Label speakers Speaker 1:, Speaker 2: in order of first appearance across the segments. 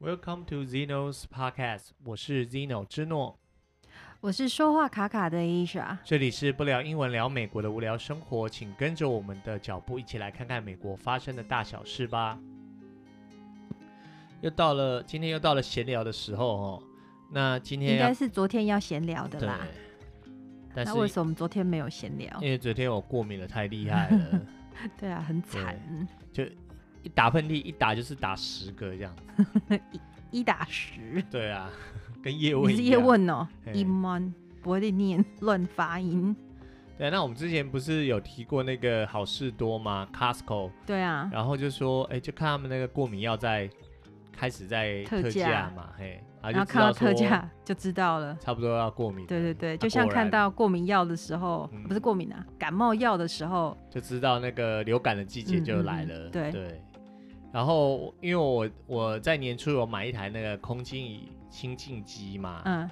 Speaker 1: Welcome to Zeno's Podcast，我是 Zeno 之诺，
Speaker 2: 我是说话卡卡的伊莎。
Speaker 1: 这里是不聊英文聊美国的无聊生活，请跟着我们的脚步一起来看看美国发生的大小事吧。又到了今天又到了闲聊的时候哦，那今
Speaker 2: 应
Speaker 1: 天
Speaker 2: 该
Speaker 1: 要
Speaker 2: 是昨天要闲聊的
Speaker 1: 对
Speaker 2: 啦。，
Speaker 1: 但是
Speaker 2: 那为什么我们昨天没有闲聊
Speaker 1: 因？为昨天我过敏的太厉害了，
Speaker 2: 对啊，很惨，
Speaker 1: 一打喷嚏一打就是打十个这样子，
Speaker 2: 一打十。
Speaker 1: 对啊，跟叶问
Speaker 2: 你
Speaker 1: 一
Speaker 2: 是
Speaker 1: 样。
Speaker 2: 叶问哦，
Speaker 1: 嘿
Speaker 2: 一 mon 不会念乱发音。
Speaker 1: 对，那我们之前不是有提过那个好事多吗？Costco，
Speaker 2: 对啊，
Speaker 1: 然后就说，哎，就看他们那个过敏药在开始在
Speaker 2: 特
Speaker 1: 特价
Speaker 2: 价
Speaker 1: 嘛，嘿，然后就
Speaker 2: 然后
Speaker 1: 知
Speaker 2: 看到
Speaker 1: 道
Speaker 2: 特
Speaker 1: 说
Speaker 2: 价就知道了。
Speaker 1: 差不多要过敏了，
Speaker 2: 对对对，
Speaker 1: 啊
Speaker 2: 就像
Speaker 1: 果
Speaker 2: 看
Speaker 1: 然
Speaker 2: 到过敏药的时候
Speaker 1: 嗯，
Speaker 2: 不是过敏啊，感冒药的时候，
Speaker 1: 就知道那个流感的季节
Speaker 2: 嗯
Speaker 1: 就
Speaker 2: 嗯
Speaker 1: 来
Speaker 2: 嗯
Speaker 1: 了，
Speaker 2: 对
Speaker 1: 然后因为我我在年初有买一台那个空气清净机嘛，
Speaker 2: 嗯，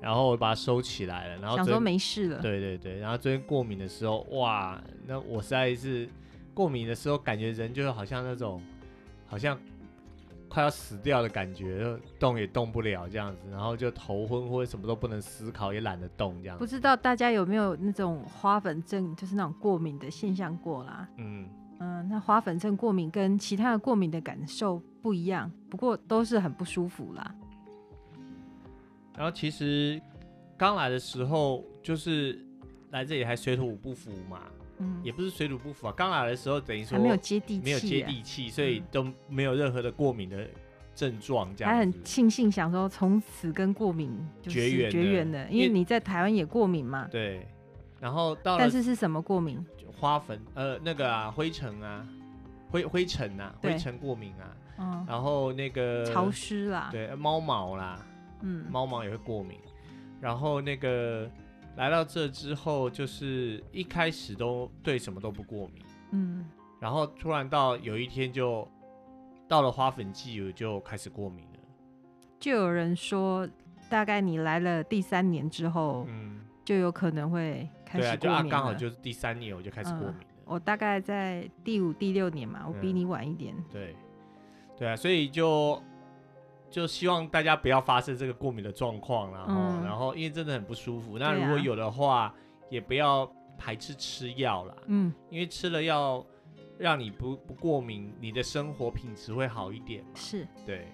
Speaker 1: 然后我把它收起来啊了，然后
Speaker 2: 想
Speaker 1: 昨
Speaker 2: 说
Speaker 1: 天
Speaker 2: 没事了。
Speaker 1: 对对对，然后昨天过敏的时候，哇，那我实在是过敏的时候，感觉人就好像那种好像快要死掉的感觉，就动也动不了这样子，然后就头昏昏，什么都不能思考，也懒得动这样
Speaker 2: 不
Speaker 1: 子。
Speaker 2: 知道大家有没有那种花粉症，就是那种过敏的现象过啦？
Speaker 1: 嗯，
Speaker 2: 嗯，那花粉症过敏跟其他的过敏的感受不一样，不过都是很不舒服啦。
Speaker 1: 然后其实刚来的时候就是来这里还水土不服嘛，
Speaker 2: 嗯，
Speaker 1: 也不是水土不服啊，刚来的时候等于说
Speaker 2: 还没有接地气、啊，嗯
Speaker 1: 没有接地气，所以都没有任何的过敏的症状这样子。
Speaker 2: 还很庆幸想说从此跟过敏就是
Speaker 1: 绝缘了
Speaker 2: 绝缘的，因
Speaker 1: 因
Speaker 2: 为
Speaker 1: 为
Speaker 2: 你在台湾也过敏嘛。
Speaker 1: 对，然后到了
Speaker 2: 但是是什么过敏？
Speaker 1: 花粉，呃，那个啊，灰尘啊，灰灰尘啊，
Speaker 2: 对
Speaker 1: 灰尘过敏啊，
Speaker 2: 嗯，
Speaker 1: 然后那个
Speaker 2: 潮湿啦。
Speaker 1: 呃对，呃猫毛啦，
Speaker 2: 嗯，
Speaker 1: 猫毛也会过敏，然后那个来到这之后，就是一开始都对什么都不过敏，
Speaker 2: 嗯，
Speaker 1: 然后突然到有一天就到了花粉季，我就开始过敏了，
Speaker 2: 就有人说，大概你来了第三年之后，
Speaker 1: 嗯，
Speaker 2: 就有可能会哦开
Speaker 1: 对啊，
Speaker 2: 始
Speaker 1: 就
Speaker 2: 过
Speaker 1: 啊
Speaker 2: 敏
Speaker 1: 刚好
Speaker 2: 了
Speaker 1: 就是第三年我就开始过
Speaker 2: 嗯
Speaker 1: 敏了。
Speaker 2: 我大概在第五、第六年嘛，我比
Speaker 1: 嗯
Speaker 2: 你晚一点。
Speaker 1: 对，对啊，所以就就希望大家不要发生这个过敏的状况啦，
Speaker 2: 嗯
Speaker 1: 齁然后因为真的很不舒服。那
Speaker 2: 对啊
Speaker 1: 如果有的话，也不要排斥吃药啦，
Speaker 2: 嗯，
Speaker 1: 因为吃了药让你不不过敏，你的生活品质会好一点嘛。
Speaker 2: 是。
Speaker 1: 对，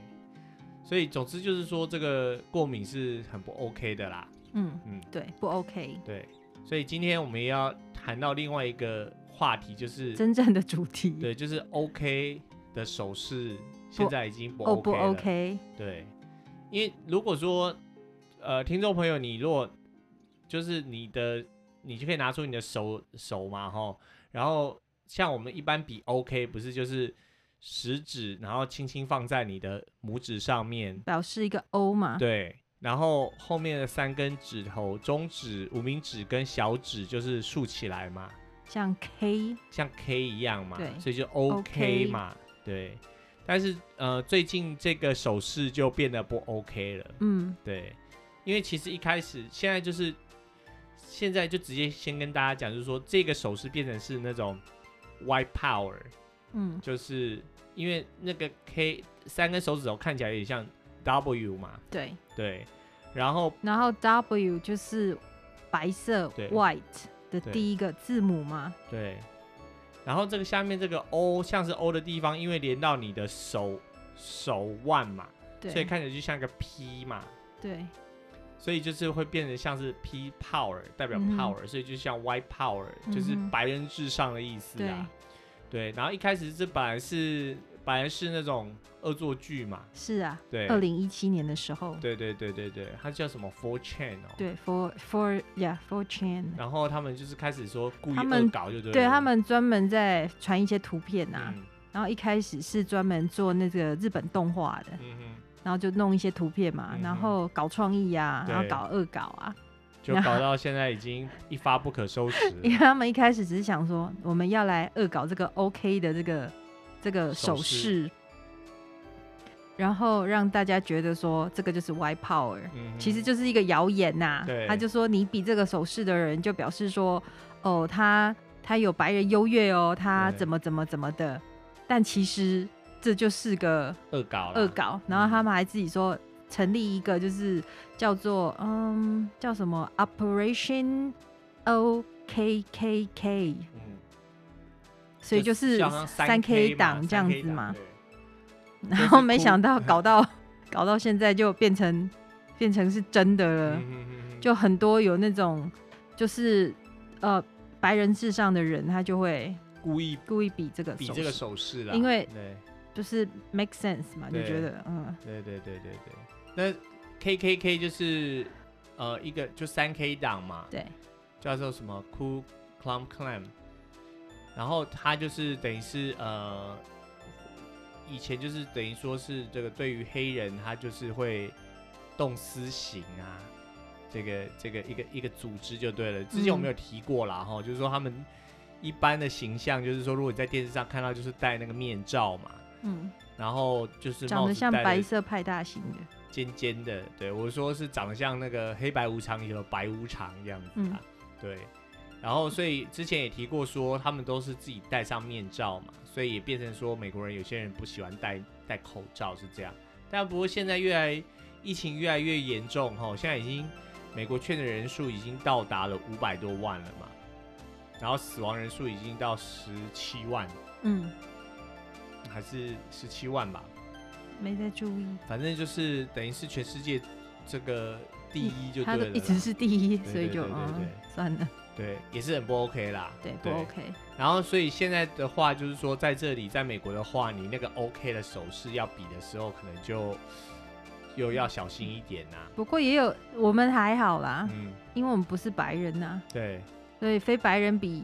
Speaker 1: 所以总之就是说，这个过敏是很不 OK 的啦。
Speaker 2: 嗯
Speaker 1: 嗯，
Speaker 2: 对，不 OK。
Speaker 1: 对，所以今天我们也要谈到另外一个话题，就是
Speaker 2: 真正的主题
Speaker 1: 对，就是 OK 的手势，现在已经不
Speaker 2: O
Speaker 1: OK
Speaker 2: 哦不
Speaker 1: 了。
Speaker 2: OK？
Speaker 1: 对，因为如果说呃，听众朋友，你如果就是你的，你就可以拿出你的手手嘛，吼，然后像我们一般比 OK，不是就是食指，然后轻轻放在你的拇指上面，
Speaker 2: 表示一个 O 嘛？
Speaker 1: 对。然后后面的三根指头，中指、无名指跟小指就是竖起来嘛，
Speaker 2: 像 K
Speaker 1: 像 K 一样嘛，
Speaker 2: 对
Speaker 1: 所以就 OK 嘛对。但是呃，最近这个手势就变得不 OK 了，
Speaker 2: 嗯，
Speaker 1: 对，因为其实一开始现在就是现在就直接先跟大家讲，就是说这个手势变成是那种 white power，
Speaker 2: 嗯
Speaker 1: 就是因为那个 K 三根手指头看起来有点像 W 嘛，
Speaker 2: 对。
Speaker 1: 对，然后
Speaker 2: 然后 W 就是白色
Speaker 1: 对
Speaker 2: White 的
Speaker 1: 对
Speaker 2: 第一个字母嘛？
Speaker 1: 对，然后这个下面这个 O 像是 O 的地方，因为连到你的手手腕嘛。所以
Speaker 2: 对
Speaker 1: 看起来就像个 P 嘛，
Speaker 2: 对，
Speaker 1: 所以就是会变成像是 P power 代表
Speaker 2: 嗯哼
Speaker 1: power，、所以就像 White power 就是
Speaker 2: 嗯哼
Speaker 1: 白人至上的意思啊。对，然后一开始这本来是本来是那种恶作剧嘛，
Speaker 2: 是啊。
Speaker 1: 对，
Speaker 2: 二零一七年的时候，
Speaker 1: 对对对对对，它叫什么 Four Chain 哦。。
Speaker 2: 对 For For Yeah For Chain，
Speaker 1: 然后他们就是开始说故意
Speaker 2: 他
Speaker 1: 恶
Speaker 2: 们
Speaker 1: 搞，就啊对了。
Speaker 2: 对他们专门在传一些图片啊，
Speaker 1: 嗯
Speaker 2: 然后一开始是专门做那个日本动画的，
Speaker 1: 嗯 哼，
Speaker 2: 然后就弄一些图片嘛，
Speaker 1: 嗯哼
Speaker 2: 然后搞创意啊，然后
Speaker 1: 对
Speaker 2: 搞恶搞啊，
Speaker 1: 就搞到现在已经一发不可收拾
Speaker 2: 因
Speaker 1: 了。
Speaker 2: 为 他们一开始只是想说，我们要来恶搞这个 OK 的这个这个手势，然后让大家觉得说这个就是 Y Power，、
Speaker 1: 嗯哼
Speaker 2: 其实就是一个谣言呐、
Speaker 1: 对
Speaker 2: 他就说你比这个手势的人，就表示说，哦，他他有白人优越哦，他
Speaker 1: 对
Speaker 2: 怎么怎么怎么的。但其实这就是个
Speaker 1: 恶搞啦
Speaker 2: 恶，搞，然后他们还自己说成立一个就是叫做嗯叫什么 Operation O K K K，
Speaker 1: 嗯，
Speaker 2: 所以就是
Speaker 1: 三
Speaker 2: 3K
Speaker 1: 党
Speaker 2: 党这样子
Speaker 1: 嘛
Speaker 2: 嘛。
Speaker 1: 对
Speaker 2: 然后
Speaker 1: 就是
Speaker 2: 没
Speaker 1: 哭
Speaker 2: 想到搞到搞到现在就变成变成是真的了，
Speaker 1: 嗯嗯嗯嗯
Speaker 2: 就很多有那种就是呃白人至上的人，他就会
Speaker 1: 故意
Speaker 2: 故意比这个
Speaker 1: 比
Speaker 2: 手
Speaker 1: 这个
Speaker 2: 势
Speaker 1: 手势啦，
Speaker 2: 因为
Speaker 1: 对
Speaker 2: 就是 make sense 嘛，就
Speaker 1: 对
Speaker 2: 觉得嗯
Speaker 1: 对对对对对，那 K K K 就是呃一个就三 K 党嘛，
Speaker 2: 对
Speaker 1: 叫做什么 Cool Clump Clam，然后他就是等于是呃，以前就是等于说是这个对于黑人，他就是会动私刑啊，这个这个一个一个组织就对了。之前我
Speaker 2: 嗯
Speaker 1: 们有提过啦，哈、就是说他们一般的形象，就是说如果你在电视上看到，就是戴那个面罩嘛，
Speaker 2: 嗯，
Speaker 1: 然后就是
Speaker 2: 长
Speaker 1: 帽
Speaker 2: 得
Speaker 1: 子
Speaker 2: 像
Speaker 1: 戴得
Speaker 2: 白色派大星的，
Speaker 1: 尖尖的，对我说是长得像那个黑白无常里头的白无常这样子啊，对。然后，所以之前也提过说，他们都是自己戴上面罩嘛，所以也变成说美国人有些人不喜欢戴戴口罩是这样。但不过现在越来疫情越来越严重哈，现在已经美国确诊人数已经到达了五百多万了嘛，然后死亡人数已经到十七万，
Speaker 2: 嗯，
Speaker 1: 还是十七万吧，
Speaker 2: 没在注意，
Speaker 1: 反正就是等于是全世界这个第一就
Speaker 2: 他
Speaker 1: 对了
Speaker 2: 的
Speaker 1: 啦，
Speaker 2: 一直是第一，
Speaker 1: 对
Speaker 2: 所以
Speaker 1: 对
Speaker 2: 就
Speaker 1: 对对
Speaker 2: 嗯
Speaker 1: 对
Speaker 2: 算了，
Speaker 1: 对，也是很不 OK 啦。
Speaker 2: 对不 OK，
Speaker 1: 然后所以现在的话，就是说在这里，在美国的话，你那个 OK 的手势要比的时候，可能就又要小心一点呐、
Speaker 2: 不过也有我们还好啦，
Speaker 1: 嗯，
Speaker 2: 因为我们不是白人呐、
Speaker 1: 对，
Speaker 2: 所以非白人比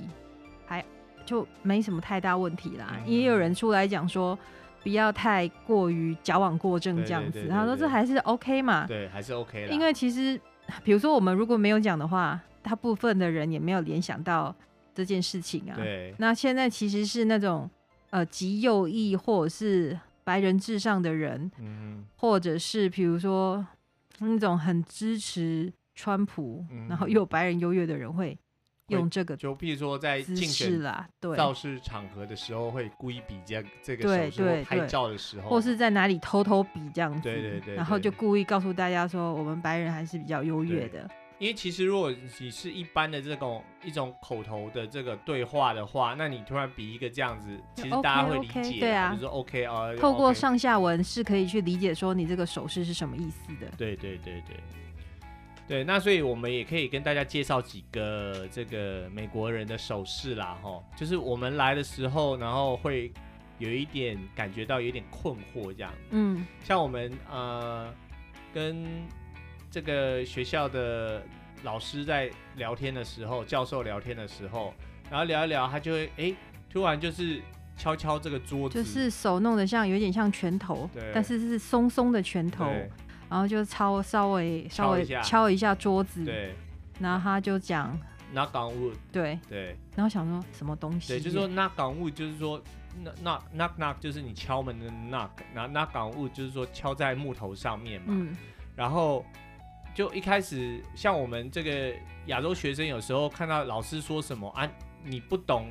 Speaker 2: 还就没什么太大问题啦。
Speaker 1: 嗯
Speaker 2: 也有人出来讲说，不要太过于矫枉过正
Speaker 1: 对
Speaker 2: 这样
Speaker 1: 对
Speaker 2: 子，
Speaker 1: 对对
Speaker 2: 他说
Speaker 1: 对
Speaker 2: 这还是 OK 嘛，
Speaker 1: 对，还是 OK 啦。
Speaker 2: 啊因为其实比如说我们如果没有讲的话，大部分的人也没有联想到这件事情啊。
Speaker 1: 对
Speaker 2: 那现在其实是那种呃极右翼或者是白人至上的人，
Speaker 1: 嗯
Speaker 2: 或者是比如说那种很支持川普，
Speaker 1: 嗯
Speaker 2: 然后又有白人优越的人会用这个
Speaker 1: 就譬如说在
Speaker 2: 姿
Speaker 1: 竞
Speaker 2: 势
Speaker 1: 选
Speaker 2: 啦，对，
Speaker 1: 造势场合的时候，会故意比这这个手
Speaker 2: 对
Speaker 1: 势，
Speaker 2: 对
Speaker 1: 或拍
Speaker 2: 对
Speaker 1: 照的时候，
Speaker 2: 或是在哪里偷偷比这样子，
Speaker 1: 对对对
Speaker 2: 然后
Speaker 1: 对
Speaker 2: 就故意告诉大家说我们白人还是比较优越的，
Speaker 1: 因为其实如果你是一般的这种一种口头的这个对话的话，那你突然比一个这样子，其实大家会理解
Speaker 2: OK，OK，对啊
Speaker 1: 就是说 OK 啊，
Speaker 2: 透过
Speaker 1: OK，
Speaker 2: 上下文是可以去理解说你这个手势是什么意思的。
Speaker 1: 对对对对对，那所以我们也可以跟大家介绍几个这个美国人的手势啦，吼，就是我们来的时候，然后会有一点感觉到有点困惑这样，
Speaker 2: 嗯，
Speaker 1: 像我们呃跟这个学校的老师在聊天的时候，教授聊天的时候，然后聊一聊，他就会哎、诶突然就是敲敲这个桌子，
Speaker 2: 就是手弄得像有点像拳头
Speaker 1: 对，
Speaker 2: 但是是松松的拳头，
Speaker 1: 对
Speaker 2: 然后就敲稍微稍
Speaker 1: 敲
Speaker 2: 微
Speaker 1: 一下
Speaker 2: 敲一下桌子，
Speaker 1: 对
Speaker 2: 然后他就讲
Speaker 1: knock on wood，
Speaker 2: 对，
Speaker 1: 对
Speaker 2: 然后想说什么东西，
Speaker 1: 对，就是说 knock on wood，就是说 knock knock knock 就是你敲门的 knock，然后 knock on wood 就是说敲在木头上面嘛，
Speaker 2: 嗯，
Speaker 1: 然后就一开始像我们这个亚洲学生，有时候看到老师说什么啊，你不懂，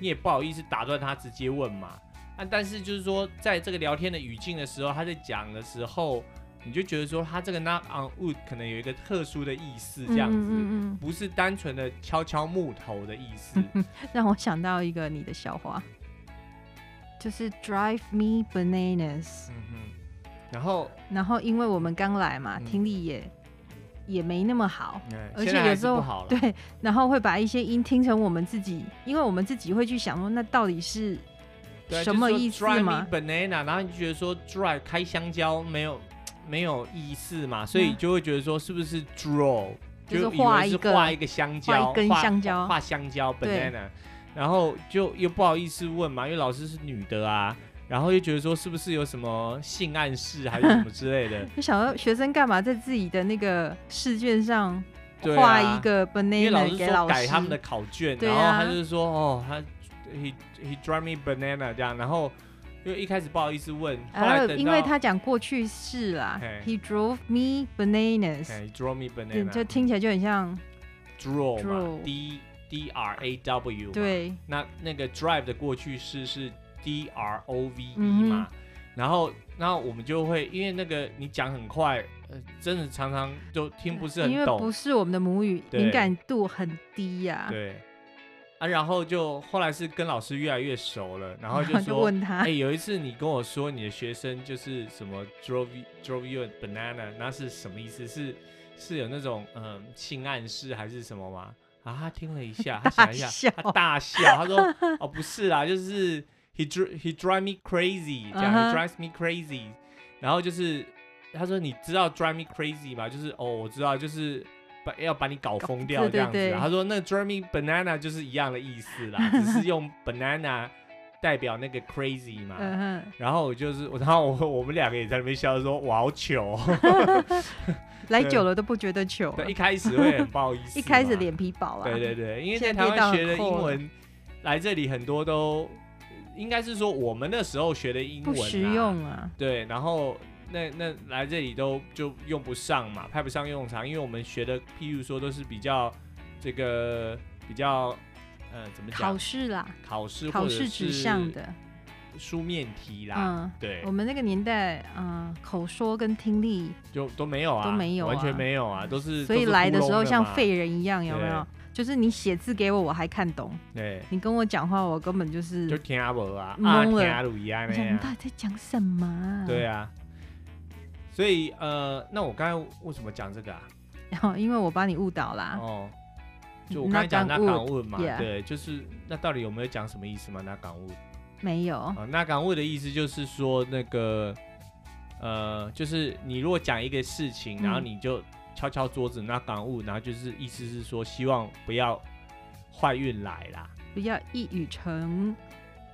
Speaker 1: 你也不好意思打断他，直接问嘛。啊，但是就是说，在这个聊天的语境的时候，他在讲的时候，你就觉得说他这个 knock on wood 可能有一个特殊的意思，这样子，
Speaker 2: 嗯嗯
Speaker 1: 不是单纯的敲敲木头的意思。
Speaker 2: 嗯，让我想到一个你的笑话，就是 drive me bananas。
Speaker 1: 嗯哼，然后，
Speaker 2: 然后因为我们刚来嘛，
Speaker 1: 嗯
Speaker 2: 听力也也没那么好，
Speaker 1: 嗯
Speaker 2: 而
Speaker 1: 现
Speaker 2: 且
Speaker 1: 在还
Speaker 2: 有
Speaker 1: 是
Speaker 2: 时
Speaker 1: 不
Speaker 2: 候
Speaker 1: 好了，
Speaker 2: 对，然后会把一些音听成我们自己，因为我们自己会去想说，那到底是
Speaker 1: 对啊
Speaker 2: 什么意思嘛？
Speaker 1: 就是说 dry me banana，然后你就觉得说 dry 开香蕉没有没有意思嘛，所以
Speaker 2: 嗯
Speaker 1: 就会觉得说是不是 draw，
Speaker 2: 就是
Speaker 1: 以为是
Speaker 2: 画一个
Speaker 1: 画一个香蕉，
Speaker 2: 画一根
Speaker 1: 画
Speaker 2: 香蕉
Speaker 1: 画香蕉
Speaker 2: 对
Speaker 1: banana，然后就又不好意思问嘛，因为老师是女的啊。然后又觉得说是不是有什么性暗示还是什么之类 的，
Speaker 2: 就想到学生干嘛在自己的那个试卷上
Speaker 1: 对啊
Speaker 2: 画一个
Speaker 1: 因为老
Speaker 2: banana
Speaker 1: 师
Speaker 2: 给
Speaker 1: 说
Speaker 2: 老师？
Speaker 1: 改他们的考卷，
Speaker 2: 对
Speaker 1: 然后
Speaker 2: 啊
Speaker 1: 他就是说哦，他 he he drive me banana 这样，然后因为一开始不好意思问，后来
Speaker 2: 然
Speaker 1: 等
Speaker 2: 后
Speaker 1: 到
Speaker 2: 呃因为他讲过去式啦
Speaker 1: 嘿
Speaker 2: ，He drove me bananas，
Speaker 1: 哎 draw me
Speaker 2: 对
Speaker 1: banana，
Speaker 2: 就听起来就很像
Speaker 1: 啊 draw 嘛
Speaker 2: Draw
Speaker 1: ，d d r a w 嘛。
Speaker 2: 对
Speaker 1: 那那个 drive 的过去式是 D R O V E
Speaker 2: 嗯哼
Speaker 1: 嘛，然后那我们就会因为那个你讲很快，呃，真的常常就听不是
Speaker 2: 因
Speaker 1: 很
Speaker 2: 为不
Speaker 1: 懂，
Speaker 2: 是我们的母语，
Speaker 1: 对
Speaker 2: 敏感度很低呀、
Speaker 1: 对啊，然后就后来是跟老师越来越熟了，然 后就说。
Speaker 2: 问他
Speaker 1: 哎、，有一次你跟我说你的学生就是什么 drove you- drove you a banana，那是什么意思？是是有那种嗯性暗示还是什么吗？啊，他听了一下，他想一 下， 啊
Speaker 2: 笑
Speaker 1: 他大笑，他说：“哦，不是啦，就是 he dri he drive me crazy，讲、he
Speaker 2: 嗯哼
Speaker 1: drives me crazy，然后就是他说你知道 drive me crazy 吗？就是哦，我知道，就是把要把你搞疯掉
Speaker 2: 对对
Speaker 1: 这样子啊
Speaker 2: 对
Speaker 1: 啦。他说那 drive me banana 就是一样的意思 啦，只是用 banana 代表那个 crazy 嘛。
Speaker 2: 嗯哼，
Speaker 1: 然后我就是我，然后我我们两个也在那边笑说，我好糗、 哦。
Speaker 2: 来
Speaker 1: 对
Speaker 2: 久了都不觉得糗了
Speaker 1: 对，一开始会很不好意思，
Speaker 2: 一开始脸皮薄啊。
Speaker 1: 对对 对，因为在
Speaker 2: 现在
Speaker 1: 台
Speaker 2: 跌到
Speaker 1: 湾
Speaker 2: 很
Speaker 1: 学的英
Speaker 2: 阔了
Speaker 1: 文，来这里很多都应该是说我们那时候学的英
Speaker 2: 不
Speaker 1: 文、啊、
Speaker 2: 实。用啊。
Speaker 1: 对，然后那那来这里都就用不上嘛，派不上用场，因为我们学的，譬如说都是比较这个比较呃怎么
Speaker 2: 考
Speaker 1: 讲，
Speaker 2: 试啦，
Speaker 1: 考试
Speaker 2: 考
Speaker 1: 或者
Speaker 2: 试指向
Speaker 1: 是
Speaker 2: 的，
Speaker 1: 书面题啦，
Speaker 2: 嗯，
Speaker 1: 对
Speaker 2: 我，们那个年代，嗯，口说跟听力，
Speaker 1: 就都没有啊，
Speaker 2: 都没有
Speaker 1: 完全
Speaker 2: 啊
Speaker 1: 没有啊，都是
Speaker 2: 所
Speaker 1: 都
Speaker 2: 以
Speaker 1: 是
Speaker 2: 来
Speaker 1: 糊
Speaker 2: 的时
Speaker 1: 弄
Speaker 2: 候像
Speaker 1: 嘛
Speaker 2: 废人一样，有没有？就是你写字给我，我还看懂；
Speaker 1: 对，
Speaker 2: 你跟我讲话，我根本就是
Speaker 1: 就，听阿伯啊，啊
Speaker 2: 懵
Speaker 1: 听
Speaker 2: 了
Speaker 1: 阿鲁一啊
Speaker 2: 我
Speaker 1: 那
Speaker 2: 想
Speaker 1: 样
Speaker 2: 你。到底在讲什么啊？
Speaker 1: 对啊，所以呃，那我刚才为什么讲这个啊？
Speaker 2: 然后因为我把你误导啦，
Speaker 1: 哦，就我刚才讲那
Speaker 2: Nagan
Speaker 1: 港物嘛
Speaker 2: Wood，yeah
Speaker 1: 对，就是那到底有没有讲什么意思吗？那港物
Speaker 2: 没有，
Speaker 1: 啊，那港物的意思就是说那个呃，就是你如果讲一个事情，然后
Speaker 2: 嗯
Speaker 1: 你就敲敲桌子，那港物，然后就是意思是说希望不要坏运来啦，
Speaker 2: 不要一语成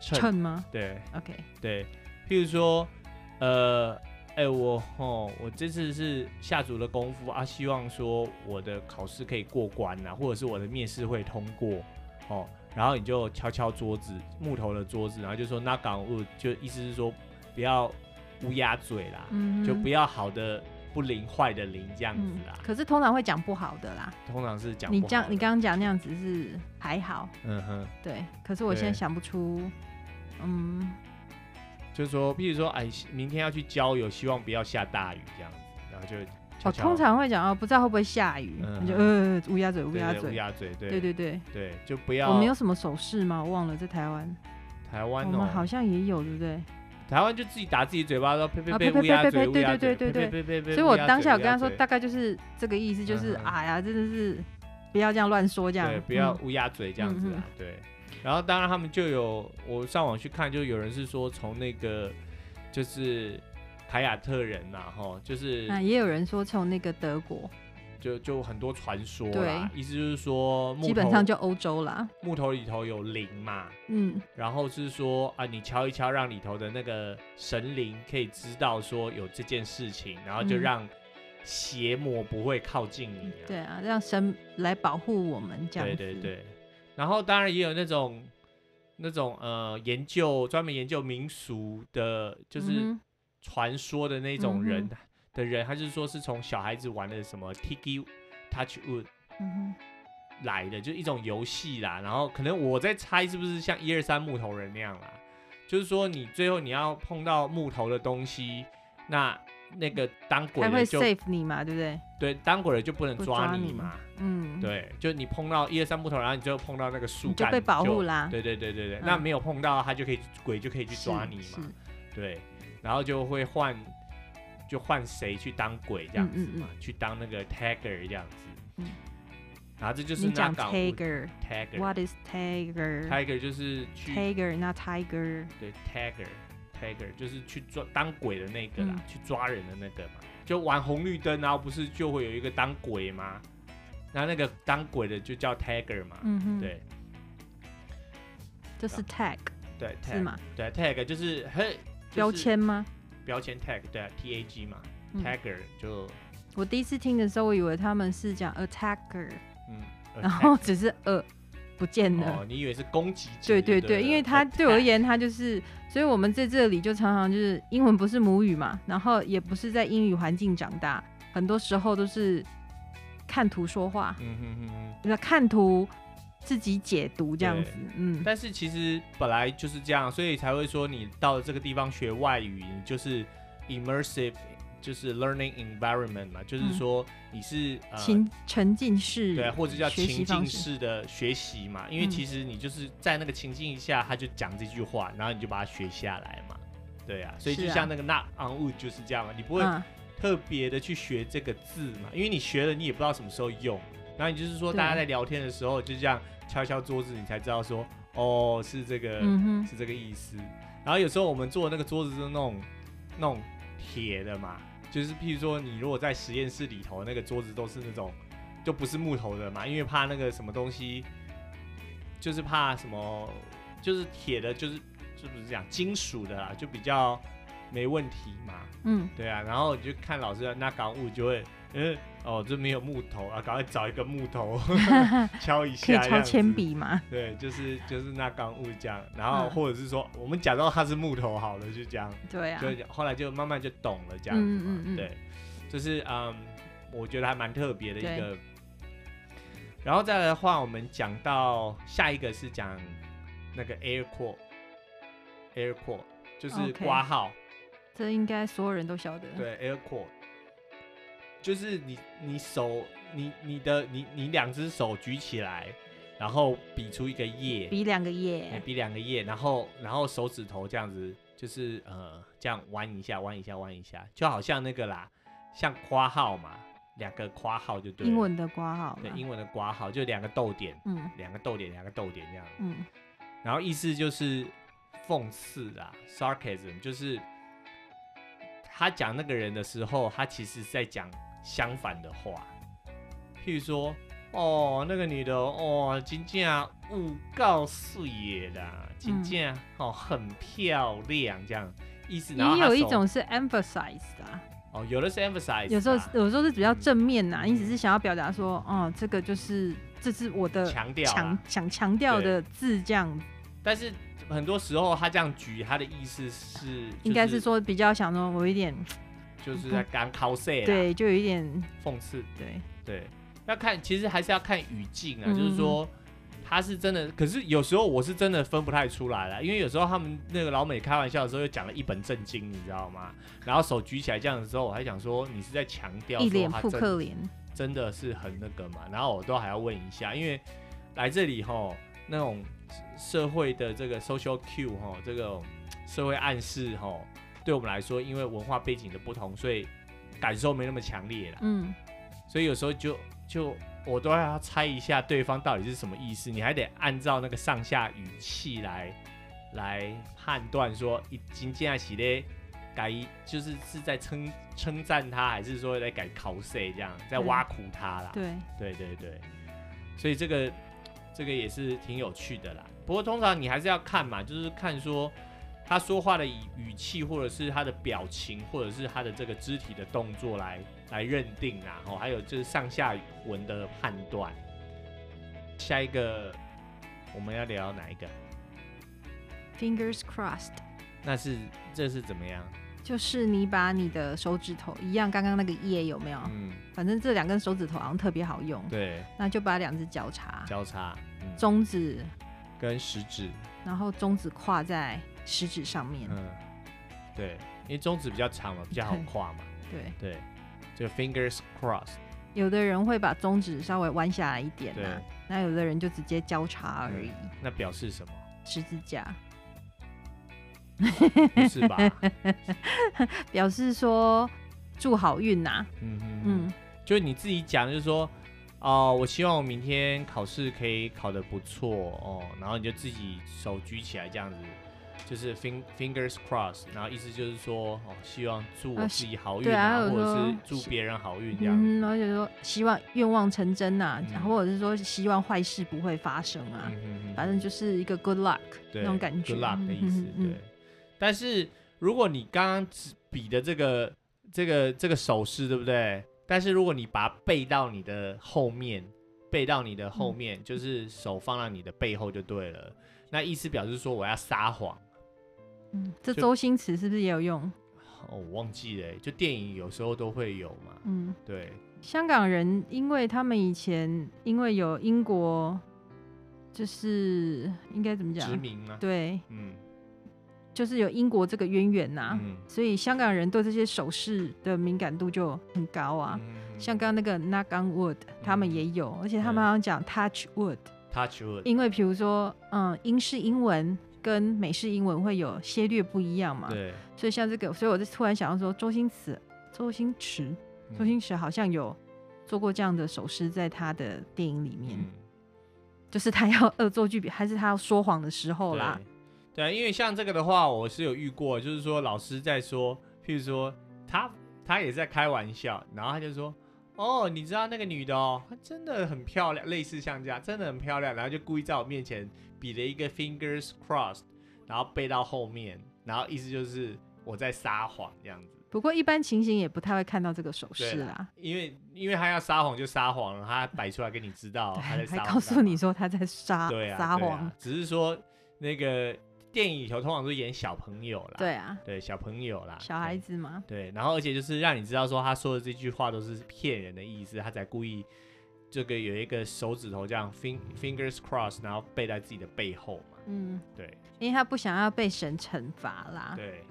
Speaker 1: 趁
Speaker 2: 谶吗
Speaker 1: 对。
Speaker 2: ？OK，
Speaker 1: 对，譬如说，呃，哎、我吼，我这次是下足了功夫啊，希望说我的考试可以过关呐、或者是我的面试会通过，哦，然后你就敲敲桌子，木头的桌子，然后就说那港物，就意思是说不要乌鸦嘴啦，
Speaker 2: 嗯哼，
Speaker 1: 就不要好的不灵，坏的灵这样
Speaker 2: 嗯
Speaker 1: 子啦，，
Speaker 2: 可是通常会讲不好的啦。
Speaker 1: 通常是讲
Speaker 2: 你
Speaker 1: 不
Speaker 2: 这样
Speaker 1: 好，
Speaker 2: 你
Speaker 1: 的
Speaker 2: 刚刚讲那样子是还好，
Speaker 1: 嗯哼。
Speaker 2: 对。可是我现在
Speaker 1: 对
Speaker 2: 想不出，嗯，
Speaker 1: 就是说，譬如说，哎，明天要去郊游，希望不要下大雨这样子，然后就
Speaker 2: 我
Speaker 1: 敲敲
Speaker 2: 通常会讲哦，不知道会不会下雨，
Speaker 1: 嗯
Speaker 2: 你就呃乌鸦嘴乌
Speaker 1: 对
Speaker 2: 鸦
Speaker 1: 对乌
Speaker 2: 嘴，
Speaker 1: 鸦嘴，对
Speaker 2: 对对对。
Speaker 1: 对，就不要。
Speaker 2: 我们有什么手势吗？我忘了，在台湾，
Speaker 1: 台湾
Speaker 2: 我
Speaker 1: 哦
Speaker 2: 们，好像也有，对不对？
Speaker 1: 台湾就自己打自己嘴巴，说呸呸
Speaker 2: 啊
Speaker 1: 呸
Speaker 2: 呸呸
Speaker 1: 乌鸦
Speaker 2: 呸
Speaker 1: 嘴
Speaker 2: 呸
Speaker 1: 乌鸦嘴，
Speaker 2: 对对
Speaker 1: 对
Speaker 2: 对
Speaker 1: 对对。
Speaker 2: 所以我当下有跟他说，
Speaker 1: 大
Speaker 2: 大概就是这个意思，就是
Speaker 1: 嗯哼
Speaker 2: 哎呀，真的是不要这样乱说，这样
Speaker 1: 对，不要
Speaker 2: 嗯
Speaker 1: 乌鸦嘴这样子
Speaker 2: 嗯
Speaker 1: 啊，对。然后当然他们就有，我上网去看，就有人是说从那个就是凯亚特人呐，哈，就是
Speaker 2: 那也有人说从那个德国，
Speaker 1: 就就很多传说
Speaker 2: 对
Speaker 1: 啦，意思就是说木
Speaker 2: 基本上
Speaker 1: 头
Speaker 2: 就欧洲啦，
Speaker 1: 木头里头有灵嘛，
Speaker 2: 嗯，
Speaker 1: 然后是说啊，你敲一敲，让里头的那个神灵可以知道说有这件事情，然后就
Speaker 2: 嗯
Speaker 1: 让邪魔不会靠近你、啊。
Speaker 2: 对啊，让神来保护我们这样
Speaker 1: 对
Speaker 2: 子，
Speaker 1: 对对然后当然也有那种那种呃研究专门研究民俗的，就是
Speaker 2: 嗯哼
Speaker 1: 传说的那种人、
Speaker 2: 嗯
Speaker 1: 的人，他就是说是从小孩子玩的什么 Tiki Touch Wood
Speaker 2: 嗯哼
Speaker 1: 来的，就一种游戏啦。然后可能我在猜是不是像一二三木头人那样啦，就是说你最后你要碰到木头的东西，那那个当鬼
Speaker 2: 还
Speaker 1: 了
Speaker 2: 会
Speaker 1: 就
Speaker 2: save 你嘛，对不对？
Speaker 1: 对，当鬼了就不能
Speaker 2: 不
Speaker 1: 抓
Speaker 2: 抓
Speaker 1: 你
Speaker 2: 你
Speaker 1: 嘛。
Speaker 2: 嗯，，
Speaker 1: 对，就你碰到一二三木头，然后你就碰到那个树
Speaker 2: 你就
Speaker 1: 干，
Speaker 2: 被保护
Speaker 1: 了。
Speaker 2: 啦，
Speaker 1: 对对对对对，
Speaker 2: 嗯
Speaker 1: 那没有碰到他就可以鬼就可以去
Speaker 2: 是，
Speaker 1: 抓你
Speaker 2: 是
Speaker 1: 嘛。对，然后就会换就换谁去当鬼这样子
Speaker 2: 嗯嗯
Speaker 1: 嘛，去当那个 tagger 这样子。
Speaker 2: 嗯
Speaker 1: 然后这就是
Speaker 2: 你
Speaker 1: 那
Speaker 2: 讲
Speaker 1: 港屋
Speaker 2: tiger，what
Speaker 1: tagger。
Speaker 2: is tiger？tiger
Speaker 1: Tiger 就是去
Speaker 2: 那 tiger，
Speaker 1: 对 Tiger Tiger 就是去抓当鬼的那个啦，
Speaker 2: 嗯
Speaker 1: 去抓人的那个嘛，就玩红绿灯，然后不是就会有一个当鬼吗？然后那个当鬼的就叫 Tiger 嘛，
Speaker 2: 嗯哼，，
Speaker 1: 对
Speaker 2: 这是 tag
Speaker 1: 对 tag
Speaker 2: 是吗？
Speaker 1: 对 tag 就是嘿、就是
Speaker 2: 标签吗？
Speaker 1: 标签 tag 对、啊、T A G 嘛、
Speaker 2: 嗯
Speaker 1: t i g e r 就
Speaker 2: 我第一次听的时候，我以为他们是讲 attacker，
Speaker 1: 嗯，
Speaker 2: 然后
Speaker 1: attack
Speaker 2: 只是呃不见了。
Speaker 1: 哦，你以为是攻击者？
Speaker 2: 对对
Speaker 1: 不
Speaker 2: 对，因为他对我而
Speaker 1: attack
Speaker 2: 言，他就是，所以我们在这里就常常就是英文不是母语嘛，然后也不是在英语环境长大，很多时候都是看图说话，
Speaker 1: 嗯嗯哼哼哼，
Speaker 2: 那看图自己解读这样子
Speaker 1: 对，呃
Speaker 2: 嗯，
Speaker 1: 但是其实本来就是这样，所以才会说你到了这个地方学外语，你就是 immersive，就是 learning environment 嘛，
Speaker 2: 嗯
Speaker 1: 就是说你是、呃
Speaker 2: 情沉浸式，
Speaker 1: 对，或者叫
Speaker 2: 学习
Speaker 1: 情
Speaker 2: 方
Speaker 1: 境
Speaker 2: 式，啊
Speaker 1: 式的学习嘛，因为
Speaker 2: 嗯
Speaker 1: 其实你就是在那个情境下，他就讲这句话，然后你就把它学下来嘛。对啊，所以就是
Speaker 2: 啊
Speaker 1: 像那个 not on wood 就是这样嘛，你不会
Speaker 2: 嗯，
Speaker 1: 特别的去学这个字嘛，因为你学了你也不知道什么时候用，然后你就是说
Speaker 2: 对
Speaker 1: 大家在聊天的时候就这样敲敲桌子，你才知道说哦是这个、
Speaker 2: 嗯哼，
Speaker 1: 是这个意思。然后有时候我们做的那个桌子是那种那种铁的嘛，就是譬如说你如果在实验室里头那个桌子都是那种就不是木头的嘛，因为怕那个什么东西，就是怕什么就是铁的，就是就不是讲金属的啦，就比较没问题嘛。
Speaker 2: 嗯，
Speaker 1: 对啊，然后你就看老师的那港物就会，嗯，哦，这没有木头啊，赶快找一个木 头敲一
Speaker 2: 可以
Speaker 1: 下，
Speaker 2: 抄铅，笔嘛，
Speaker 1: 对，就是就是那港物这样，然后
Speaker 2: 嗯
Speaker 1: 或者是说、我们假装它是木头好了，就这样，
Speaker 2: 对啊，
Speaker 1: 就后来就慢慢就懂了这样子嘛，
Speaker 2: 嗯嗯嗯
Speaker 1: 对，就是嗯，我觉得还蛮特别的一
Speaker 2: 对
Speaker 1: 个。然后再来的话，我们讲到下一个是讲那个 air core，air core 就是
Speaker 2: OK
Speaker 1: 挂号。
Speaker 2: 这应该所有人都晓得，
Speaker 1: 对，air core，就是你你手你你的你你两只手举起来，然后比出一个耶，
Speaker 2: 比两个
Speaker 1: 哎
Speaker 2: 耶，
Speaker 1: 比两个耶，然后然后手指头这样子，就是呃这样弯一下弯一下弯一下，就好像那个啦，像括号嘛，两个括号就对了，
Speaker 2: 英文的挂号嘛，
Speaker 1: 对英文的括号就两个逗点，
Speaker 2: 嗯
Speaker 1: 两个逗点两个逗点这样，
Speaker 2: 嗯
Speaker 1: 然后意思就是讽刺啦，sarcasm，就是他讲那个人的时候，他其实在讲相反的话，譬如说，哦，那个女的，哦，金靖啊，五告素也啦，金靖、哦，很漂亮这样意思。然后
Speaker 2: 嗯也
Speaker 1: 他
Speaker 2: 有一
Speaker 1: 手
Speaker 2: 种是 emphasize 的啊、
Speaker 1: 哦，有的是 emphasize，
Speaker 2: 有时候
Speaker 1: 啦
Speaker 2: 有时候是比较正面呐、
Speaker 1: 嗯
Speaker 2: 你只是想要表达说，哦、这个就是这是我的
Speaker 1: 强调啦
Speaker 2: 强想强调的字，这样
Speaker 1: 但是很多时候他这样举，他的意思是、
Speaker 2: 应该是，说比较想说，我有一点
Speaker 1: 就是在干 cos 啦，
Speaker 2: 对，就有一点
Speaker 1: 讽刺。
Speaker 2: 对，
Speaker 1: 对，要看，其实还是要看语境啊，
Speaker 2: 嗯
Speaker 1: 就是说他是真的，可是有时候我是真的分不太出来了，因为有时候他们那个老美开玩笑的时候又讲了一本正经，你知道吗？然后手举起来这样的时候，我还想说你是在强调
Speaker 2: 一
Speaker 1: 说
Speaker 2: 脸
Speaker 1: 他
Speaker 2: 扑
Speaker 1: 真
Speaker 2: 克脸，
Speaker 1: 真的是很那个嘛，然后我都还要问一下，因为来这里吼那种社会的这个 social cue 吼这种社会暗示吼，对我们来说，因为文化背景的不同，所以感受没那么强烈啦。
Speaker 2: 嗯，
Speaker 1: 所以有时候就就我都要猜一下对方到底是什么意思，你还得按照那个上下语气来来判断说，已经这样起嘞，改就是是在称称赞他，还是说在改 cos 这样，在挖苦他啦。
Speaker 2: 对，
Speaker 1: 对对对，所以这个这个也是挺有趣的啦。不过通常你还是要看嘛，就是看说他说话的语语气，或者是他的表情，或者是他的这个肢体的动作来来认定啊。哦，还有就是上下文的判断。下一个我们要聊哪一个？
Speaker 2: fingers crossed，
Speaker 1: 那是这是怎么样？
Speaker 2: 就是你把你的手指头一样，刚刚那个叶有没有？
Speaker 1: 嗯，
Speaker 2: 反正这两根手指头好像特别好用，
Speaker 1: 对，
Speaker 2: 那就把两只交叉，
Speaker 1: 交叉，嗯，
Speaker 2: 中指，
Speaker 1: 跟食指，
Speaker 2: 然后中指跨在食指上面，
Speaker 1: 嗯，对，因为中指比较长嘛，比较好
Speaker 2: 对
Speaker 1: 跨嘛。
Speaker 2: 对。
Speaker 1: 对，就 fingers crossed，
Speaker 2: 有的人会把中指稍微弯下来一点
Speaker 1: 对嗯
Speaker 2: 啊，那有的人就直接交叉而已，
Speaker 1: 那表示什么？
Speaker 2: 十字架，
Speaker 1: 不是 吧？
Speaker 2: 表示说祝好运呐、
Speaker 1: 嗯嗯嗯，
Speaker 2: 嗯，
Speaker 1: 就是你自己讲，就是说，哦、我希望我明天考试可以考得不错哦，然后你就自己手举起来这样子，就是 fin fingers crossed，然后意思就是说，哦，希望祝我
Speaker 2: 啊
Speaker 1: 自己好运
Speaker 2: 对啊
Speaker 1: 啊，
Speaker 2: 有
Speaker 1: 或者是
Speaker 2: 说
Speaker 1: 祝
Speaker 2: 是
Speaker 1: 别人好运这样。
Speaker 2: 嗯，而且说希望愿望成真呐、
Speaker 1: 嗯
Speaker 2: 或者是说希望坏事不会发生啊，
Speaker 1: 嗯
Speaker 2: 反正就是一个 good luck
Speaker 1: 对
Speaker 2: 那种感觉
Speaker 1: good luck 的意思
Speaker 2: 嗯。嗯嗯
Speaker 1: 对，但是如果你刚刚只比的这个这个这个手势，对不对？但是如果你把它背到你的后面，背到你的后
Speaker 2: 嗯
Speaker 1: 面，就是手放到你的背后就对了。那意思表示说我要撒谎。
Speaker 2: 嗯，这
Speaker 1: 就
Speaker 2: 周星驰是不是也有用？
Speaker 1: 哦，我忘记了欸，就电影有时候都会有嘛。
Speaker 2: 嗯，
Speaker 1: 对，
Speaker 2: 香港人因为他们以前因为有英国就是应该怎么
Speaker 1: 殖
Speaker 2: 讲？啊
Speaker 1: 民吗？
Speaker 2: 对，
Speaker 1: 嗯
Speaker 2: 就是有英国这个渊源呐、
Speaker 1: 嗯
Speaker 2: 所以香港人对这些首饰的敏感度就很高啊。
Speaker 1: 嗯
Speaker 2: 像刚刚那个 knock on wood，他们
Speaker 1: 嗯
Speaker 2: 也有，而且他们好像讲 touch wood，
Speaker 1: touch wood，
Speaker 2: 因为比如说，嗯，英式英文跟美式英文会有些略不一样嘛。
Speaker 1: 对，
Speaker 2: 所以像这个，所以我就突然想到说，周星驰，周星驰，
Speaker 1: 嗯
Speaker 2: 周星驰好像有做过这样的手势，在他的电影里面，
Speaker 1: 嗯
Speaker 2: 就是他要恶作剧，还是他要说谎的时候啦。
Speaker 1: 对。啊对，因为像这个的话，我是有遇过，就是说老师在说，譬如说他他也是在开玩笑，然后他就说。哦，你知道那个女的哦，她真的很漂亮，类似像这样，真的很漂亮，然后就故意在我面前比了一个 fingers crossed，然后背到后面，然后意思就是我在撒谎这样子，
Speaker 2: 不过一般情形也不太会看到这个手势
Speaker 1: 对
Speaker 2: 啦，
Speaker 1: 因为因为他要撒谎就撒谎了，他摆出来给你知 道
Speaker 2: 对，
Speaker 1: 哦他在撒
Speaker 2: 还
Speaker 1: 谎，
Speaker 2: 告诉你说他在撒
Speaker 1: 对啊，
Speaker 2: 撒
Speaker 1: 对
Speaker 2: 谎
Speaker 1: 啊，，只是说那个电影里头通常都演小朋友啦，
Speaker 2: 对啊，
Speaker 1: 对小朋友啦，
Speaker 2: 小孩子嘛，
Speaker 1: 对对，然后而且就是让你知道说他说的这句话都是骗人的意思，他才故意这个有一个手指头这样 fin- fingers cross，然后背在自己的背后嘛，
Speaker 2: 嗯，
Speaker 1: 对
Speaker 2: 因为他不想要被神惩罚啦。
Speaker 1: 对。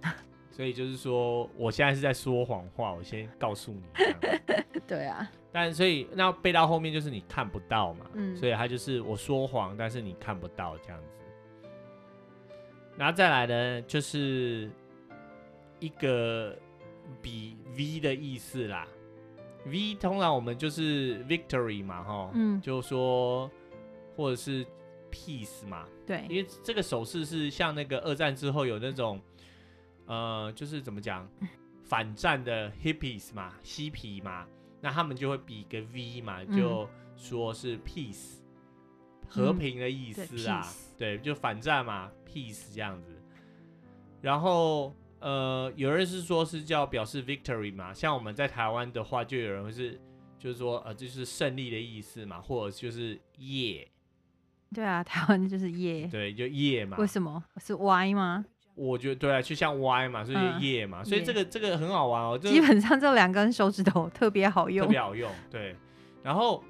Speaker 1: 所以就是说，我现在是在说谎话，我先告诉你这样。
Speaker 2: 对啊，
Speaker 1: 但所以那背到后面就是你看不到嘛，
Speaker 2: 嗯
Speaker 1: 所以他就是我说谎，但是你看不到这样子。然后再来呢，就是一个比 V 的意思啦。V 通常我们就是 victory 嘛，哈，
Speaker 2: 嗯
Speaker 1: 就说或者是 peace 嘛，因
Speaker 2: 对，
Speaker 1: 为这个手势是像那个二战之后有那种，呃，就是怎么讲，反战的 hippies 嘛，嬉皮嘛，那他们就会比一个 V 嘛，
Speaker 2: 嗯
Speaker 1: 就说是 peace，、和平的意思啊，
Speaker 2: 嗯
Speaker 1: 对，就反战嘛，peace 这样子。然后呃，有人是说是叫表示 victory 嘛，像我们在台湾的话，就有人会是就是说呃，这就是胜利的意思嘛，或者就是耶，
Speaker 2: 对啊，台湾就是耶，
Speaker 1: 对，就耶嘛。
Speaker 2: 为什么是 Y 吗？
Speaker 1: 我觉得对啊，就像 Y 嘛，所以
Speaker 2: 嗯
Speaker 1: 就夜嘛，所以
Speaker 2: 夜
Speaker 1: 这个这个很好玩哦，这
Speaker 2: 基本上这两根手指头特别好
Speaker 1: 特
Speaker 2: 用
Speaker 1: 别，好用。对，然后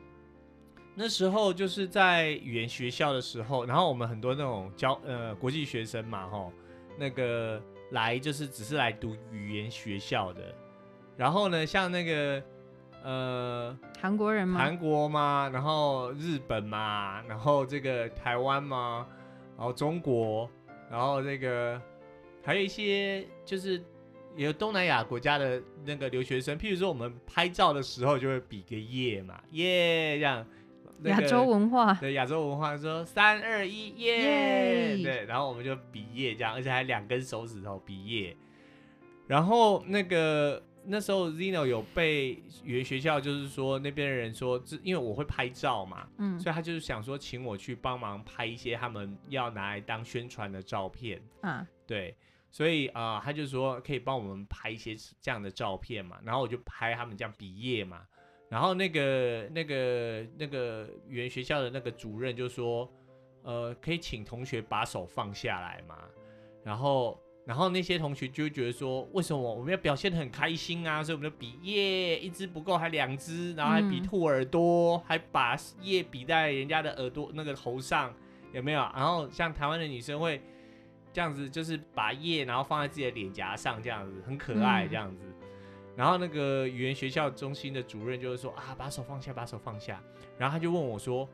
Speaker 1: 那时候就是在语言学校的时候，然后我们很多那种教呃国际学生嘛，吼，那个来就是只是来读语言学校的，然后呢，像那个呃
Speaker 2: 韩国人吗？
Speaker 1: 韩国嘛，然后日本嘛，然后这个台湾嘛，然后中国，然后这个还有一些就是也有东南亚国家的那个留学生，譬如说我们拍照的时候就会比个耶嘛，耶这样。那
Speaker 2: 亚
Speaker 1: 个
Speaker 2: 洲文 化，
Speaker 1: 对亚洲文化说三二一耶，
Speaker 2: 耶
Speaker 1: 对，然后我们就比耶这样，而且还两根手指头比耶。然后那个那时候 Zeno 有被语言学校就是说那边的人说，这因为我会拍照嘛，
Speaker 2: 嗯
Speaker 1: 所以他就是想说请我去帮忙拍一些他们要拿来当宣传的照片。
Speaker 2: 啊，
Speaker 1: 对，所以啊、呃他就说可以帮我们拍一些这样的照片嘛，然后我就拍他们这样毕业嘛，然后那个那个那个语言学校的那个主任就说，呃，可以请同学把手放下来嘛，然后。然后那些同学就会觉得说，为什么我们要表现得很开心啊？所以我们就比耶，一只不够还两只，然后还比
Speaker 2: 嗯
Speaker 1: 兔耳朵，还把耶比在人家的耳朵那个头上，有没有？然后像台湾的女生会这样子，就是把叶然后放在自己的脸颊上，这样子很可爱
Speaker 2: 嗯
Speaker 1: 这样子。然后那个语言学校中心的主任就是说啊，把手放下，把手放下。然后他就问我说，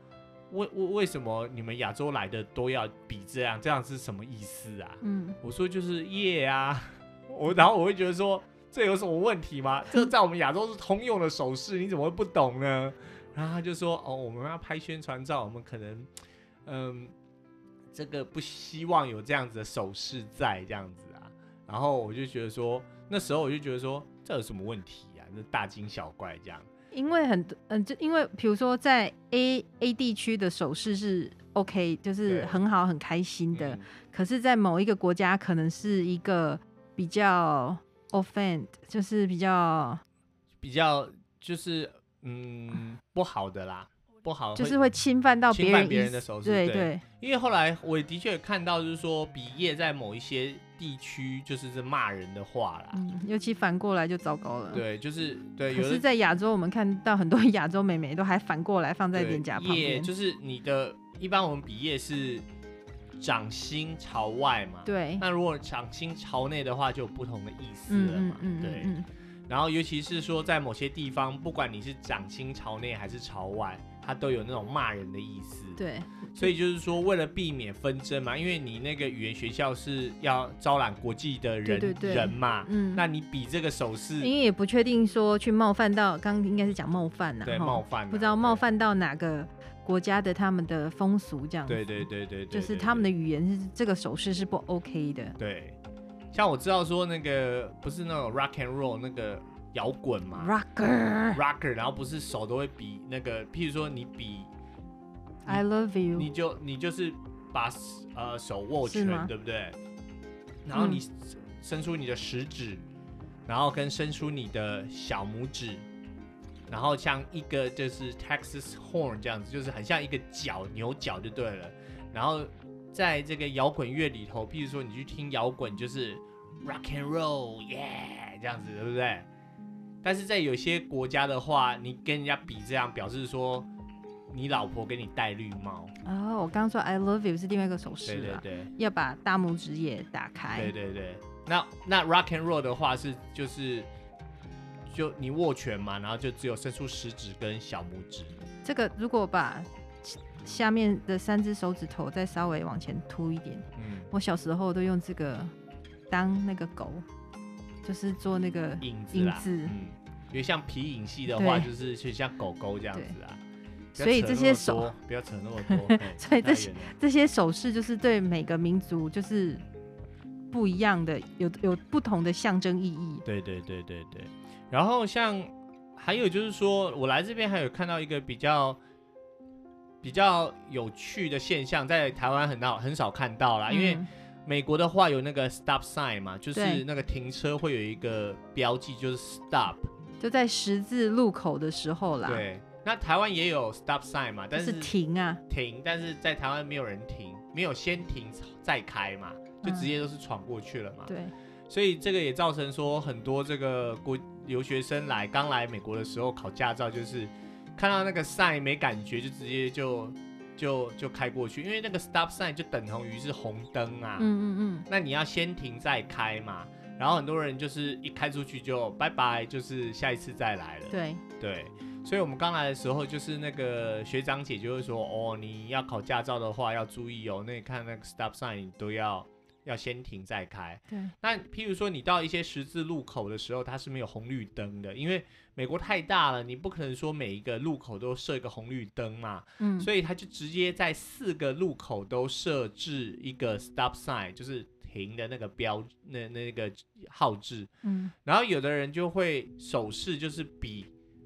Speaker 1: 为为为什么你们亚洲来的都要比这样？这样是什么意思啊？
Speaker 2: 嗯，
Speaker 1: 我说就是叶啊， 我然后我会觉得说这有什么问题 吗？这在我们亚洲是通用的手势，你怎么会不懂呢？然后他就说哦，我们要拍宣传照，我们可能嗯这个不希望有这样子的手势在这样子啊。然后我就觉得说那时候我就觉得说这有什么问题啊？这大惊小怪这样。
Speaker 2: 因为很多，嗯，就因为比如说在 A A 地区的手势是 OK，就是
Speaker 1: 对
Speaker 2: 很好很开心的，
Speaker 1: 嗯
Speaker 2: 可是，在某一个国家可能是一个比较 offend，就是比较
Speaker 1: 比较就是嗯不好的啦，不好
Speaker 2: 就是会侵犯到
Speaker 1: 哦侵
Speaker 2: 别
Speaker 1: 犯
Speaker 2: 人
Speaker 1: 别
Speaker 2: 隐
Speaker 1: 人的
Speaker 2: 私
Speaker 1: 手势
Speaker 2: 对
Speaker 1: 对因为后来我的确看到，就是说比耶在某一些地区就是这骂人的话啦。
Speaker 2: 嗯，尤其反过来就糟糕了。，
Speaker 1: 对，就是对，
Speaker 2: 可
Speaker 1: 有
Speaker 2: 是，
Speaker 1: 的
Speaker 2: 在亚洲我们看到很多 亚洲美眉都还反过来放在
Speaker 1: 对
Speaker 2: 脸颊旁
Speaker 1: 腋
Speaker 2: 边。
Speaker 1: 就是你的，一般我们比腋是掌心朝外嘛。。
Speaker 2: 对，
Speaker 1: 那如果掌心朝内的话，就有不同的意思了
Speaker 2: 嗯
Speaker 1: 嘛。
Speaker 2: 嗯
Speaker 1: 对。
Speaker 2: 嗯
Speaker 1: 然后尤其是说在某些地方，不管你是掌心朝内还是朝外，它都有那种骂人的意思。
Speaker 2: 嗯，。对，
Speaker 1: 所以就是说，为了避免纷争嘛，因为你那个语言学校是要招揽国际的人
Speaker 2: 对对对
Speaker 1: 人嘛，
Speaker 2: 嗯，
Speaker 1: 那你比这个手势，
Speaker 2: 因为也不确定说去冒犯到，刚刚应该是讲冒犯呐、
Speaker 1: 对
Speaker 2: 哈
Speaker 1: 冒犯啊、
Speaker 2: 不知道冒犯到哪个国家的他们的风俗这样子。
Speaker 1: 对。对对对对对，
Speaker 2: 就是他们的
Speaker 1: 的
Speaker 2: 语言是这个手势是不 OK 的，
Speaker 1: 对。像我知道说那个不是那种 rock and roll 那个摇滚嘛
Speaker 2: Rocker，I
Speaker 1: rocker，然后不是手都会比那个，譬如说你比
Speaker 2: love you。
Speaker 1: 你就你就是把呃手握
Speaker 2: 是吗
Speaker 1: 拳，对不对？然后你
Speaker 2: 嗯
Speaker 1: 伸伸出你的食指，然后跟伸出你的小拇指，然后像一个就是 Texas horn 这样子，就是很像一个角牛角就对了。然后在这个摇滚乐里头，譬如说你去听摇滚，就是 rock and roll yeah 这样子，对不对？但是在有些国家的话，你跟人家比这样，表示说你老婆给你戴绿帽，
Speaker 2: 哦，我刚刚说 I love you 是哎另外一个手势
Speaker 1: 对对
Speaker 2: 了，
Speaker 1: 对
Speaker 2: 要把大拇指也打
Speaker 1: 对
Speaker 2: 开。
Speaker 1: 对对。那那 rock and roll 的话是就是就你握拳嘛，然后就只有伸出食指跟小拇指，
Speaker 2: 这个如果把下下面的三只手指头再稍微往前凸一点，
Speaker 1: 嗯，
Speaker 2: 我小时候都用这个当那个狗，就是做那个
Speaker 1: 影子
Speaker 2: 影
Speaker 1: 啦，
Speaker 2: 子，
Speaker 1: 嗯，因为像皮影戏的话，
Speaker 2: 对
Speaker 1: 就是就像狗狗这样子啊。不要
Speaker 2: 所以
Speaker 1: 扯
Speaker 2: 这
Speaker 1: 那
Speaker 2: 些
Speaker 1: 么
Speaker 2: 手
Speaker 1: 多不要扯 那么多，嘿
Speaker 2: 所以这
Speaker 1: 太
Speaker 2: 些
Speaker 1: 远了
Speaker 2: 这些手势就是对每个民族就是不一样的，有有不同的象征意义。
Speaker 1: 对对对对对。然后像还有就是说，我来这边还有看到一个比较比较有趣的现象，在台湾很少很少看到啦，啊因为
Speaker 2: 嗯
Speaker 1: 美国的话有那个 stop sign 嘛，就
Speaker 2: 对
Speaker 1: 是那个停车会有一个标记，就是 stop。
Speaker 2: 就在十字路口的时候啦，
Speaker 1: 对，那台湾也有 stop sign 嘛，
Speaker 2: 就
Speaker 1: 但
Speaker 2: 是
Speaker 1: 是
Speaker 2: 停啊，
Speaker 1: 停，但是在台湾没有人停，没有先停再开嘛，就直接都是闯过去了嘛。
Speaker 2: 嗯对，
Speaker 1: 所以这个也造成说很多这个国留学生来刚来美国的时候考驾照，就是看到那个 sign 没感觉就直接就就就开过去，因为那个 stop sign 就等同于是红灯啊，
Speaker 2: 嗯嗯
Speaker 1: 那你要先停再开嘛。然后很多人就是一开出去就拜拜，就是下一次再来了
Speaker 2: 嗯，。对，
Speaker 1: 对，所以我们刚来的时候，就是那个学长姐就会说，哦，你要考驾照的话要注意哦，那你看那个 stop sign 你都要要先停再开。
Speaker 2: 对，
Speaker 1: 那譬如说你到一些十字路口的时候，它是没有红绿灯的，因为美国太大了，你不可能说每一个路口都设一个红绿灯嘛，
Speaker 2: 嗯，
Speaker 1: 所以它就直接在四个路口都设置一个 stop sign，就是停的那个标那那个号志。
Speaker 2: 嗯，
Speaker 1: 然后有的人就会手势就是比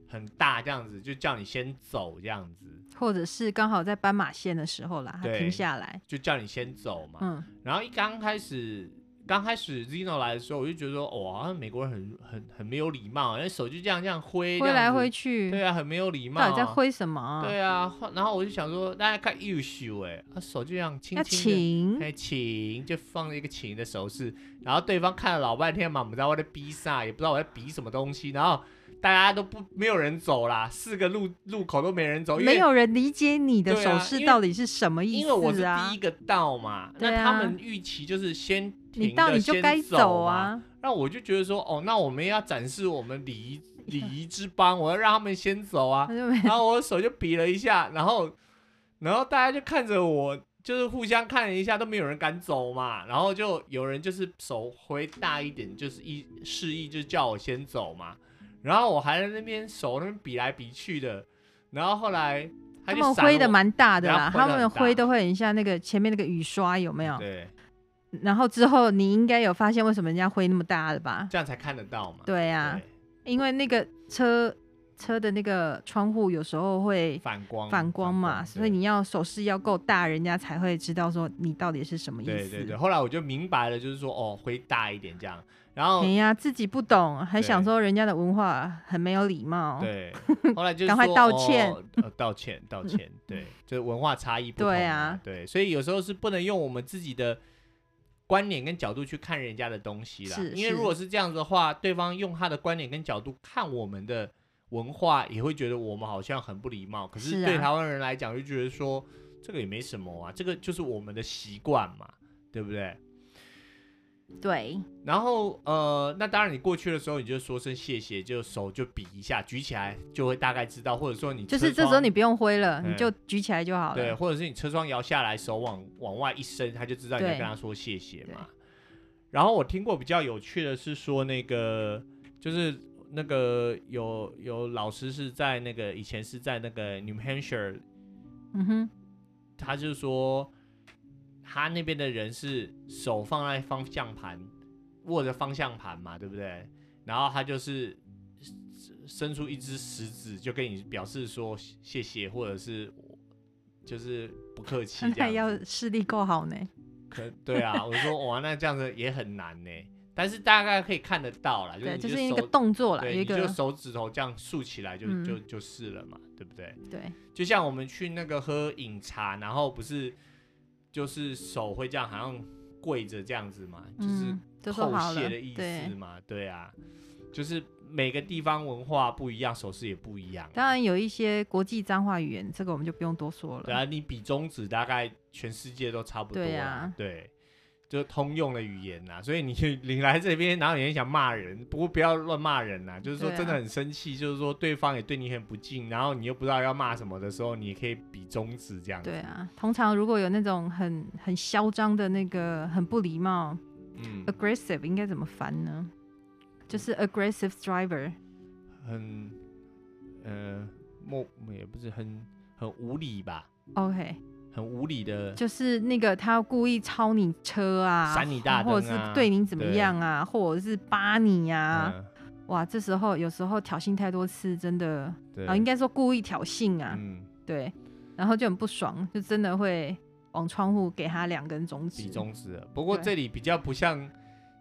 Speaker 1: 很大这样子，就叫你先走这样子，
Speaker 2: 或者是刚好在斑马线的时候啦，它
Speaker 1: 对
Speaker 2: 停下来，
Speaker 1: 就叫你先走嘛。
Speaker 2: 嗯，
Speaker 1: 然后一刚开始。刚开始 Zino 来的时候，我就觉得说，哇，好像美国人很很很没有礼貌，那手就这样这样挥，这
Speaker 2: 挥
Speaker 1: 样
Speaker 2: 来
Speaker 1: 子
Speaker 2: 挥，去，
Speaker 1: 对啊，很没有礼貌啊、
Speaker 2: 到底在挥什么啊？
Speaker 1: 对啊，然后我就想说，大家看优秀哎，他手就这样轻
Speaker 2: 要
Speaker 1: 轻的，
Speaker 2: 请，
Speaker 1: 哎，请就放了一个请的手势，然后对方看了老半天嘛，不知道我在逼啥，也不知道我在比什么东西，然后大家都不没有人走啦，四个路路口都没人走，因为
Speaker 2: 没有人理解你的
Speaker 1: 对啊
Speaker 2: 手势
Speaker 1: 因为
Speaker 2: 到底是什么意
Speaker 1: 因为我是
Speaker 2: 思
Speaker 1: 第
Speaker 2: 啊
Speaker 1: 一？个到嘛，那
Speaker 2: 对啊
Speaker 1: 他们预期就是先
Speaker 2: 你
Speaker 1: 停
Speaker 2: 到
Speaker 1: 的
Speaker 2: 你就
Speaker 1: 先
Speaker 2: 该
Speaker 1: 走嘛，
Speaker 2: 啊，
Speaker 1: 那我就觉得说，哦，那我们要展示我们礼 仪礼仪之邦，我要让他们先走啊
Speaker 2: 他，就没
Speaker 1: 然后我手就比了一下，然后然后大家就看着我，就是互相看了一下，都没有人敢走嘛。然后就有人就是手挥大一点，就是一示意就叫我先走嘛。然后我还在那边手那边比来比去的，然后后来他
Speaker 2: 他
Speaker 1: 就
Speaker 2: 们
Speaker 1: 闪
Speaker 2: 挥的
Speaker 1: 我
Speaker 2: 蛮大的
Speaker 1: 然后
Speaker 2: 啦，
Speaker 1: 挥
Speaker 2: 他
Speaker 1: 得
Speaker 2: 们
Speaker 1: 很
Speaker 2: 挥
Speaker 1: 大
Speaker 2: 都会很像那个前面那个雨刷有没有？
Speaker 1: 对，
Speaker 2: 然后之后你应该有发现为什么人家挥那么大的吧？
Speaker 1: 这样才看得到嘛。
Speaker 2: 对啊，因为那个车车的那个窗户有时候会
Speaker 1: 对反光
Speaker 2: 反光嘛，所
Speaker 1: 对
Speaker 2: 以你要手势要够大，人家才会知道说你到底是什么意
Speaker 1: 对
Speaker 2: 思。
Speaker 1: 对对。后来我就明白了，就是说哦，挥大一点这样，然后
Speaker 2: 哎。呀，自己不懂，还
Speaker 1: 对
Speaker 2: 想说人家的文化很没有礼貌。
Speaker 1: 对，后来就是
Speaker 2: 赶快
Speaker 1: 说
Speaker 2: 道歉嗯
Speaker 1: 哦呃道歉，道歉，对，就是文化差异不同
Speaker 2: 对
Speaker 1: 嘛
Speaker 2: 啊
Speaker 1: 对，所以有时候是不能用我们自己的观点跟角度去看人家的东西啦
Speaker 2: 是。
Speaker 1: 因为
Speaker 2: 是
Speaker 1: 如果是这样子的话，对方用他的观点跟角度看我们的文化，也会觉得我们好像很不礼貌。可
Speaker 2: 是
Speaker 1: 是
Speaker 2: 啊
Speaker 1: 对台湾人来讲，就觉得说这个也没什么啊，这个就是我们的习惯嘛，对不对？
Speaker 2: 对，
Speaker 1: 然后呃，那当然你过去的时候，你就说声谢谢，就手就比一下，举起来就会大概知道，或者说你
Speaker 2: 就
Speaker 1: 车
Speaker 2: 是这时候
Speaker 1: 窗
Speaker 2: 你不用挥了，
Speaker 1: 嗯
Speaker 2: 你就举起来就好
Speaker 1: 对，
Speaker 2: 了。
Speaker 1: 或者是你车窗摇下来，手往往外一伸，他就知道你在
Speaker 2: 对
Speaker 1: 跟他说谢谢嘛。然后我听过比较有趣的是说，那个就是那个有有老师是在那个以前是在那个 New Hampshire，
Speaker 2: 嗯哼，
Speaker 1: 他就说他那边的人是手放在方向盘，握着方向盘嘛，对不对？然后他就是伸出一只食指，就跟你表示说谢谢，或者是就是不客气这
Speaker 2: 那
Speaker 1: 样子。
Speaker 2: 要视力够好呢。
Speaker 1: 可 对啊，我说哇，那这样子也很难呢。但是大概可以看得到啦，就是
Speaker 2: 对，
Speaker 1: 你
Speaker 2: 就是
Speaker 1: 手
Speaker 2: 一个动作啦，有
Speaker 1: 对，
Speaker 2: 一
Speaker 1: 你就
Speaker 2: 个
Speaker 1: 手指头这样竖起来就、
Speaker 2: 嗯
Speaker 1: 就就是了嘛，对不对？
Speaker 2: 对
Speaker 1: 就像我们去那个喝饮茶，然后不是就是手会这样，好像跪着这样子嘛，就是
Speaker 2: 嗯，就说
Speaker 1: 叩
Speaker 2: 好了，
Speaker 1: 谢的意
Speaker 2: 对
Speaker 1: 思。嘛，对啊，就是每个地方文化不一样，手势也不一样。
Speaker 2: 当然有一些国际脏话语言，这个我们就不用多说
Speaker 1: 对啊，
Speaker 2: 了。
Speaker 1: 你比中指大概全世界都差不多
Speaker 2: 对
Speaker 1: 啊
Speaker 2: 啊，
Speaker 1: 对，就通用的语言呐、所以你你来这边，然后你很想骂人，不过不要乱骂人呐、就是说
Speaker 2: 对啊
Speaker 1: 真的很生气，就是说对方也对你很不敬，然后你又不知道要骂什么的时候，你也可以比中指这样子。
Speaker 2: 对，啊，通常如果有那种很很嚣张的那个很不礼貌
Speaker 1: 嗯，
Speaker 2: ，aggressive 应该怎么翻呢？就是 aggressive driver，
Speaker 1: 很呃，莫也不是很很无理吧，
Speaker 2: OK，
Speaker 1: 很无理的。
Speaker 2: 就是那个他故意超你车啊，
Speaker 1: 闪你大灯啊
Speaker 2: 或者是对你怎么样啊，或者是扒你啊，
Speaker 1: 嗯，
Speaker 2: 哇，这时候有时候挑衅太多次，真的
Speaker 1: 对，
Speaker 2: 啊，应该说故意挑衅啊，
Speaker 1: 嗯，
Speaker 2: 对，然后就很不爽，就真的会往窗户给他两根中指
Speaker 1: 比，中指了。不过
Speaker 2: 对。
Speaker 1: 这里比较不像，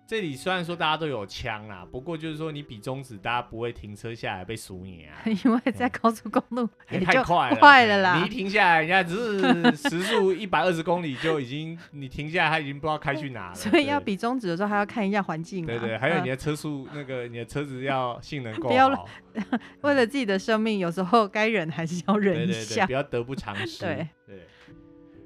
Speaker 1: 这里虽然说大家都有枪啦，不过就是说你比中指，大家不会停车下来被数你啊
Speaker 2: 因为在高速公路
Speaker 1: 哎
Speaker 2: 也
Speaker 1: 太
Speaker 2: 就
Speaker 1: 快了，哎
Speaker 2: 快了啦
Speaker 1: 你一停下来，人家只是 时速一百二十公里就已经，你停下来，他已经不知道开去哪了。
Speaker 2: 所以要
Speaker 1: 对
Speaker 2: 比中指的时候还要看一下环境、啊，
Speaker 1: 对对，还有
Speaker 2: 嗯
Speaker 1: 你的车速，那个你的车子要性 能够
Speaker 2: 不要
Speaker 1: 好，
Speaker 2: 为了自己的生命，有时候该忍还是要
Speaker 1: 对
Speaker 2: 忍一
Speaker 1: 对对，
Speaker 2: 下
Speaker 1: 不，要得不偿失。
Speaker 2: 对
Speaker 1: 对。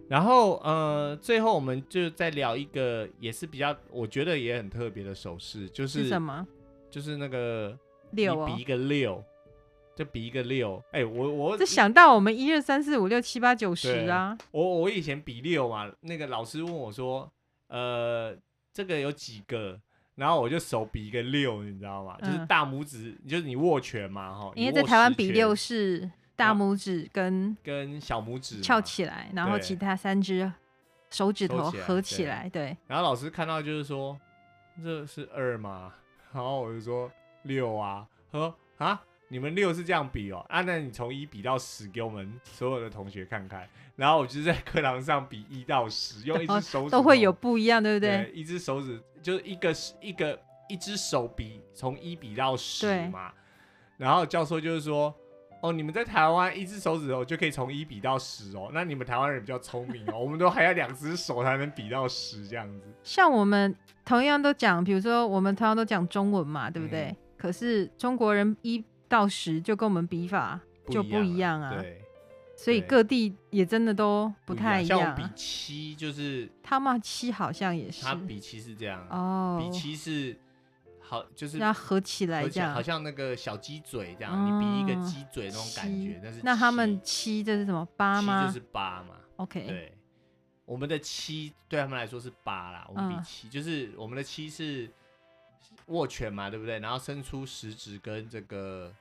Speaker 1: 然后呃，最后我们就再聊一个，也是比较我觉得也很特别的手势，就是
Speaker 2: 是什么？
Speaker 1: 就是那个
Speaker 2: 六
Speaker 1: 你
Speaker 2: 哦
Speaker 1: 比一。个六，就比一个六。哎、我我
Speaker 2: 这想到我们一二三四五六七八九十啊，
Speaker 1: 我我以前比六嘛，那个老师问我说，呃，这个有几个？然后我就手比一个六，你知道吗？就是
Speaker 2: 嗯
Speaker 1: 大拇指，就是你握拳嘛，哈。
Speaker 2: 因为
Speaker 1: 你
Speaker 2: 在
Speaker 1: 握
Speaker 2: 台湾
Speaker 1: 十
Speaker 2: 比
Speaker 1: 拳
Speaker 2: 六是大
Speaker 1: 啊
Speaker 2: 拇指跟
Speaker 1: 跟小拇指嘛
Speaker 2: 翘。起来，然后
Speaker 1: 对
Speaker 2: 其他三只手指
Speaker 1: 收
Speaker 2: 头
Speaker 1: 起来
Speaker 2: 合起来，对，
Speaker 1: 然后老师看到就是说，这是二吗？ 然后我就说六啊。他说啊，你们六是这样比哦？啊，那你从一比到十给我们所有的同学看看。然后我就在课堂上比一到十，用一只手指
Speaker 2: 都会有
Speaker 1: 头
Speaker 2: 不一样，对不
Speaker 1: 对
Speaker 2: 对？
Speaker 1: 一只手指就是一个一个一只手比从一比到十
Speaker 2: 对
Speaker 1: 嘛。然后教授就是说。哦，你们在台湾一只手指头哦就可以从一比到十哦，那你们台湾人比较聪明哦，我们都还要两只手才能比到十这样子。
Speaker 2: 像我们同样都讲，比如说我们同样都讲中文嘛，对不对？
Speaker 1: 嗯
Speaker 2: 可是中国人一到十就跟我们比法就不一样啊，
Speaker 1: 对，
Speaker 2: 所以
Speaker 1: 对
Speaker 2: 各地也真的都不太一
Speaker 1: 一样。
Speaker 2: 样
Speaker 1: 像我比
Speaker 2: 啊。
Speaker 1: 七就是
Speaker 2: 他们七好像也是
Speaker 1: 它比七是这样，啊
Speaker 2: 哦，
Speaker 1: 比七是好就是
Speaker 2: 那合起来
Speaker 1: 合
Speaker 2: 这
Speaker 1: 起来
Speaker 2: 样
Speaker 1: 好，像那个小鸡嘴这样，
Speaker 2: 嗯
Speaker 1: 你比一个鸡嘴那种感觉
Speaker 2: 七，
Speaker 1: 但是
Speaker 2: 那他们
Speaker 1: 七
Speaker 2: 七这是什么八
Speaker 1: 七
Speaker 2: 吗
Speaker 1: 就是八嘛，
Speaker 2: ？OK，
Speaker 1: 对。我们的七对他们来说是八啦，我们比
Speaker 2: 嗯
Speaker 1: 七、就是我们的七是握拳嘛，对不对？然后伸出食指跟这个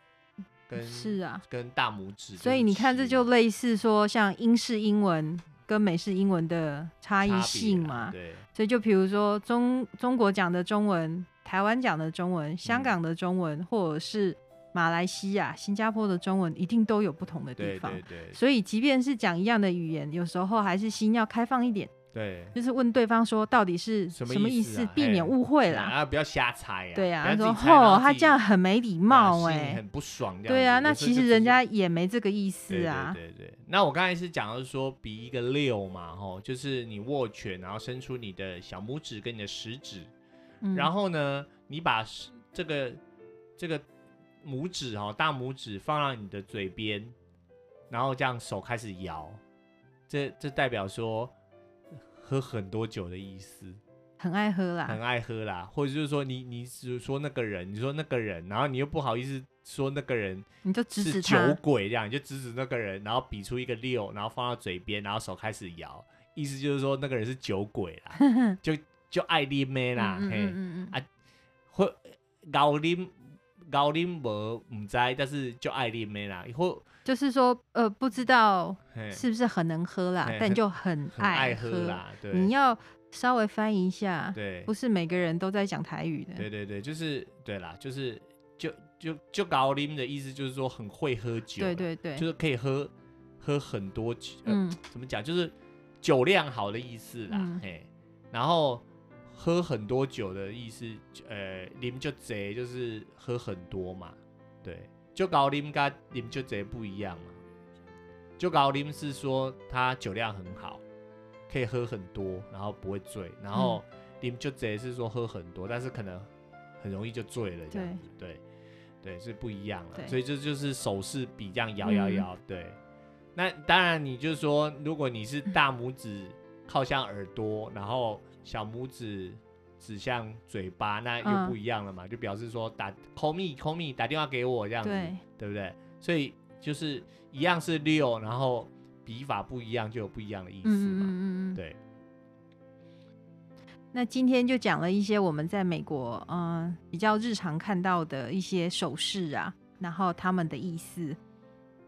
Speaker 1: 跟
Speaker 2: 是啊，
Speaker 1: 跟大拇指，
Speaker 2: 所以你看这就类似说像英式英文跟美式英文的
Speaker 1: 差
Speaker 2: 差异
Speaker 1: 异
Speaker 2: 性嘛。
Speaker 1: 对，
Speaker 2: 所以就比如说中中国讲的中文、台湾讲的中文、
Speaker 1: 嗯
Speaker 2: 香港的中文，或者是马来西亚、新加坡的中文，一定都有不同的地
Speaker 1: 对
Speaker 2: 方
Speaker 1: 对。对，
Speaker 2: 所以即便是讲一样的语言，有时候还是心要开放一点，
Speaker 1: 对，
Speaker 2: 就是问对方说到底是
Speaker 1: 什么
Speaker 2: 么
Speaker 1: 意
Speaker 2: 意
Speaker 1: 思
Speaker 2: 思，
Speaker 1: 啊
Speaker 2: 避
Speaker 1: 嘿
Speaker 2: 免误会啦。
Speaker 1: 啊，不要瞎猜呀、
Speaker 2: 对啊，他
Speaker 1: 不
Speaker 2: 说
Speaker 1: 要自己猜然后
Speaker 2: 吼，他
Speaker 1: 自己
Speaker 2: 这样很没礼貌
Speaker 1: 啊
Speaker 2: 哎、
Speaker 1: 心里很不爽这样子。
Speaker 2: 对啊，那
Speaker 1: 有时候
Speaker 2: 其
Speaker 1: 就
Speaker 2: 实
Speaker 1: 只
Speaker 2: 人
Speaker 1: 是
Speaker 2: 家也没这个意思啊。
Speaker 1: 对对对对那我刚才是讲到说比一个六嘛，吼，就是你握拳，然后伸出你的小拇指跟你的食指，
Speaker 2: 嗯
Speaker 1: 然后呢，你把食这个这个拇指哈、大拇指放到你的嘴边，然后这样手开始摇，这这代表说喝很多酒的意思，
Speaker 2: 很爱喝啦
Speaker 1: 很，爱喝啦，或者就是说你你只说那个人，你说那个人，然后你又不好意思说那个人
Speaker 2: 你就指
Speaker 1: 是
Speaker 2: 指
Speaker 1: 酒
Speaker 2: 他，
Speaker 1: 鬼这样，你就指指那个人，然后比出一个六，然后放到嘴边，然后手开始摇，意思就是说那个人是酒鬼 啦，就就爱啉妹啦，
Speaker 2: 嗯嗯
Speaker 1: 嘿
Speaker 2: 嗯。嗯嗯
Speaker 1: 啊或高啉高啉无唔知，但是就爱啉的啦，或
Speaker 2: 就是说呃，不知道
Speaker 1: 嘿
Speaker 2: 是不是很能喝啦
Speaker 1: 嘿，
Speaker 2: 但
Speaker 1: 很
Speaker 2: 就很
Speaker 1: 很
Speaker 2: 爱
Speaker 1: 爱喝。啦，对，
Speaker 2: 你要稍微翻译一下，
Speaker 1: 对
Speaker 2: 不是每个人都在讲台语
Speaker 1: 对
Speaker 2: 的。
Speaker 1: 对对，就是对啦，就是就就就高啉的意思就是说很会喝酒，
Speaker 2: 对，对对，
Speaker 1: 就是可以喝喝很多酒，呃
Speaker 2: 嗯，
Speaker 1: 怎么讲，就是酒量好的意思啦，
Speaker 2: 嗯
Speaker 1: 嘿，然后。喝很多酒的意思，呃，啉就贼就是喝很多嘛，对，就高啉跟啉就贼不一样嘛。就高啉是说他酒量很好，可以喝很多，然后不会醉，然后
Speaker 2: 嗯
Speaker 1: 啉就贼是说喝很多，但是可能很容易就醉了这样子，对，对，是不一样了。
Speaker 2: 对
Speaker 1: 所以这就是手势比这样摇
Speaker 2: 嗯
Speaker 1: 摇摇，对。那当然，你就说，如果你是大拇指靠向耳朵，然后小拇指指向嘴巴，那又
Speaker 2: 嗯
Speaker 1: 不一样了嘛，就表示说打 call me call me 打电话给我这样子，
Speaker 2: 对，
Speaker 1: 对不对？所以就是一样是六，然后笔法不一样，就有不一样的意
Speaker 2: 嗯
Speaker 1: 思
Speaker 2: 嗯嗯
Speaker 1: 嘛。
Speaker 2: 嗯嗯。
Speaker 1: 对
Speaker 2: 那今天就讲了一些我们在美国嗯、呃比较日常看到的一些手势啊，然后他们的意思。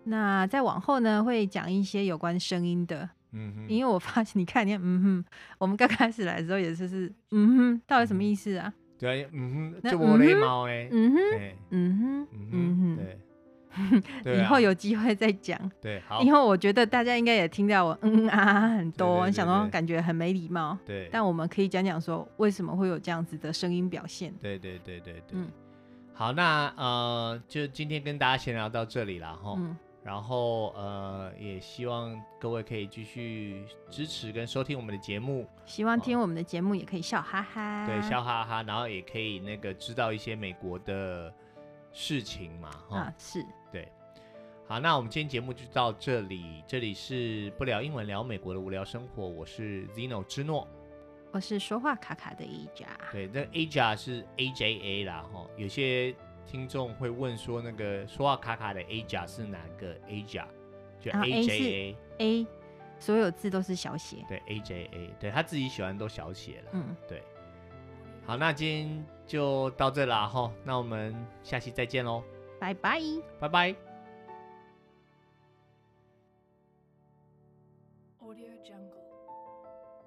Speaker 2: 那再往后呢，会讲一些有关声音的，
Speaker 1: 嗯哼，
Speaker 2: 因为我发现 你看，你看，嗯哼，我们刚开始来的时候也是是，嗯哼，到底什么意思啊？
Speaker 1: 对，嗯哼，
Speaker 2: 那
Speaker 1: 就我
Speaker 2: 嗯哼
Speaker 1: 雷毛哎，
Speaker 2: 嗯哼，
Speaker 1: 哎，
Speaker 2: 嗯哼，
Speaker 1: 嗯哼，
Speaker 2: 嗯
Speaker 1: 对，
Speaker 2: 哼，
Speaker 1: 对啊
Speaker 2: 以后有机会再讲。
Speaker 1: 对，好
Speaker 2: 以，后我觉得大家应该也听到我嗯啊很
Speaker 1: 对对
Speaker 2: 多，
Speaker 1: 对
Speaker 2: 想到
Speaker 1: 对
Speaker 2: 感觉很没礼貌。
Speaker 1: 对，
Speaker 2: 但我们可以讲讲说为什么会有这样子的声音表现。
Speaker 1: 对对对对对。
Speaker 2: 嗯
Speaker 1: 好，那呃，就今天跟大家闲聊到这里啦，哈。
Speaker 2: 嗯，
Speaker 1: 然后呃，也希望各位可以继续支持跟收听我们的节目，
Speaker 2: 希望听我们的节目也可以笑哈哈。啊
Speaker 1: 对，笑哈哈，然后也可以那个知道一些美国的事情嘛，哈、
Speaker 2: 啊，是
Speaker 1: 对。好，那我们今天节目就到这里，这里是不聊英文聊美国的无聊生活，我是 Zeno 之诺，
Speaker 2: 我是说话卡卡的一家。
Speaker 1: 对，那 Aja 是 AJA 啦，哈，有些听众会问说那个说话卡卡的 Aja 是哪个 Aja？就
Speaker 2: 啊 A 是
Speaker 1: AJA，、
Speaker 2: A，所有字都是小写。
Speaker 1: 对 AJA，对他自己喜欢都小写了。
Speaker 2: 嗯，
Speaker 1: 好，那今天就到这啦哈，那我们下期再见喽，
Speaker 2: 拜拜。
Speaker 1: 拜拜。
Speaker 3: Audio Jungle.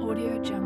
Speaker 3: Audio Jungle.